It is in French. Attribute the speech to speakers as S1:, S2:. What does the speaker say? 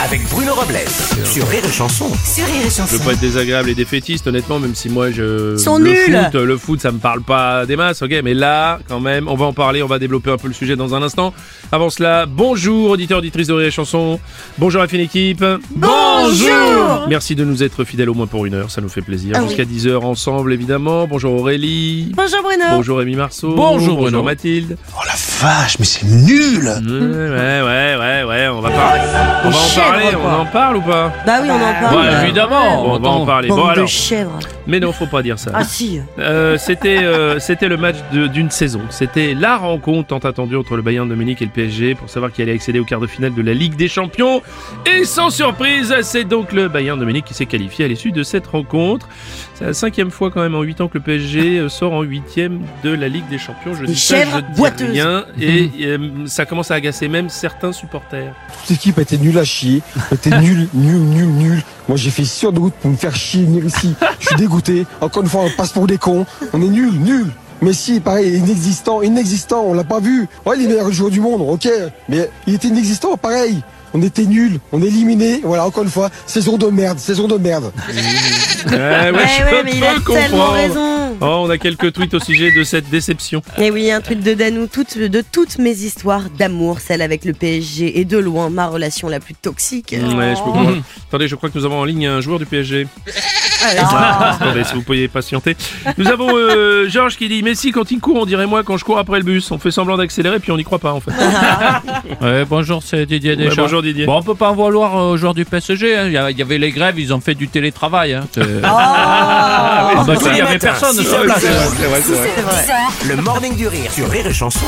S1: avec Bruno Robles sur Rire et Chanson.
S2: Je veux pas être désagréable et défaitiste, honnêtement, même si moi je.
S3: Ils sont
S2: le
S3: nuls.
S2: Foot, le foot, ça me parle pas des masses, ok, mais là, quand même, on va en parler, on va développer un peu le sujet dans un instant. Avant cela, bonjour, auditeurs, auditrices de Rire et Chanson. Bonjour à fine équipe.
S3: Bonjour.
S2: Merci de nous être fidèles au moins pour une heure, ça nous fait plaisir.
S3: Ah oui.
S2: Jusqu'à 10h ensemble, évidemment. Bonjour Aurélie.
S3: Bonjour Bruno.
S2: Bonjour Rémi Marceau.
S4: Bonjour,
S2: Bonjour
S4: Bruno.
S2: Mathilde.
S5: Oh la vache, mais c'est nul
S2: Ouais, ouais, ouais, ouais, ouais, on va parler. On va en
S3: Chèvre,
S2: parler, on
S3: quoi.
S2: en parle ou pas
S3: Bah oui, on en parle.
S2: Bon,
S4: bah,
S2: évidemment, on va en
S4: Attends.
S2: parler.
S3: Bande
S2: Bon,
S3: de
S2: alors,
S3: chèvres.
S2: mais non, faut pas dire ça.
S3: Ah si.
S2: Euh, c'était euh, c'était le match de- d'une saison. C'était la rencontre tant attendue entre le Bayern de Munich et le PSG pour savoir qui allait accéder au quart de finale de la Ligue des Champions. Et sans surprise, c'est donc le Bayern de Munich qui s'est qualifié à l'issue de cette rencontre. C'est la cinquième fois quand même en huit ans que le PSG euh, sort en huitième de la Ligue des Champions. Je
S3: Des
S2: dis ça,
S3: chèvres
S2: je dis
S3: boiteuses. Mmh.
S2: rien. Et euh, ça commence à agacer même certains supporters.
S6: Toute l'équipe a été nulle à chier, a été nulle, nulle, nulle, nulle. Moi j'ai fait sur de route pour me faire chier, venir ici. Je suis dégoûté. Encore une fois, on passe pour des cons. On est nuls, nuls. Messi, pareil, inexistant, inexistant, on l'a pas vu. Ouais, il est meilleur joueur du monde, ok. Mais il était inexistant, pareil. On était nuls, on est éliminés. Voilà, encore une fois, saison de merde, saison de merde.
S2: Ouais, ouais, je
S3: ouais, mais il a
S2: peux
S3: tellement
S2: comprendre.
S3: raison.
S2: Oh, on a quelques tweets au sujet de cette déception.
S3: Et oui, un tweet de Danou, toutes, de toutes mes histoires d'amour, celle avec le PSG et de loin ma relation la plus toxique.
S2: Mm, Ouais, je peux comprendre. Attendez, je crois que nous avons en ligne un joueur du PSG.
S3: Ah,
S2: Ah, Attendez, si vous pouviez patienter. Nous avons euh, Georges qui dit Messi, quand il court, on dirait moi quand je cours après le bus. On fait semblant d'accélérer, puis on n'y croit pas en fait.
S4: Ouais, bonjour, c'est Didier
S2: Ouais,
S4: Deschamps.
S2: bonjour Didier.
S4: Bon, on peut pas en vouloir euh, aux joueurs du PSG. hein. Il y a- il y avait les grèves, ils ont fait du télétravail. hein. C'est- Ah bah,
S2: c'est
S4: si, il y avait
S2: matin.
S4: personne sur
S2: Ouais,
S4: place.
S2: c'est vrai, c'est vrai, c'est vrai.
S3: C'est vrai.
S1: Le Morning du Rire sur Rire et Chanson.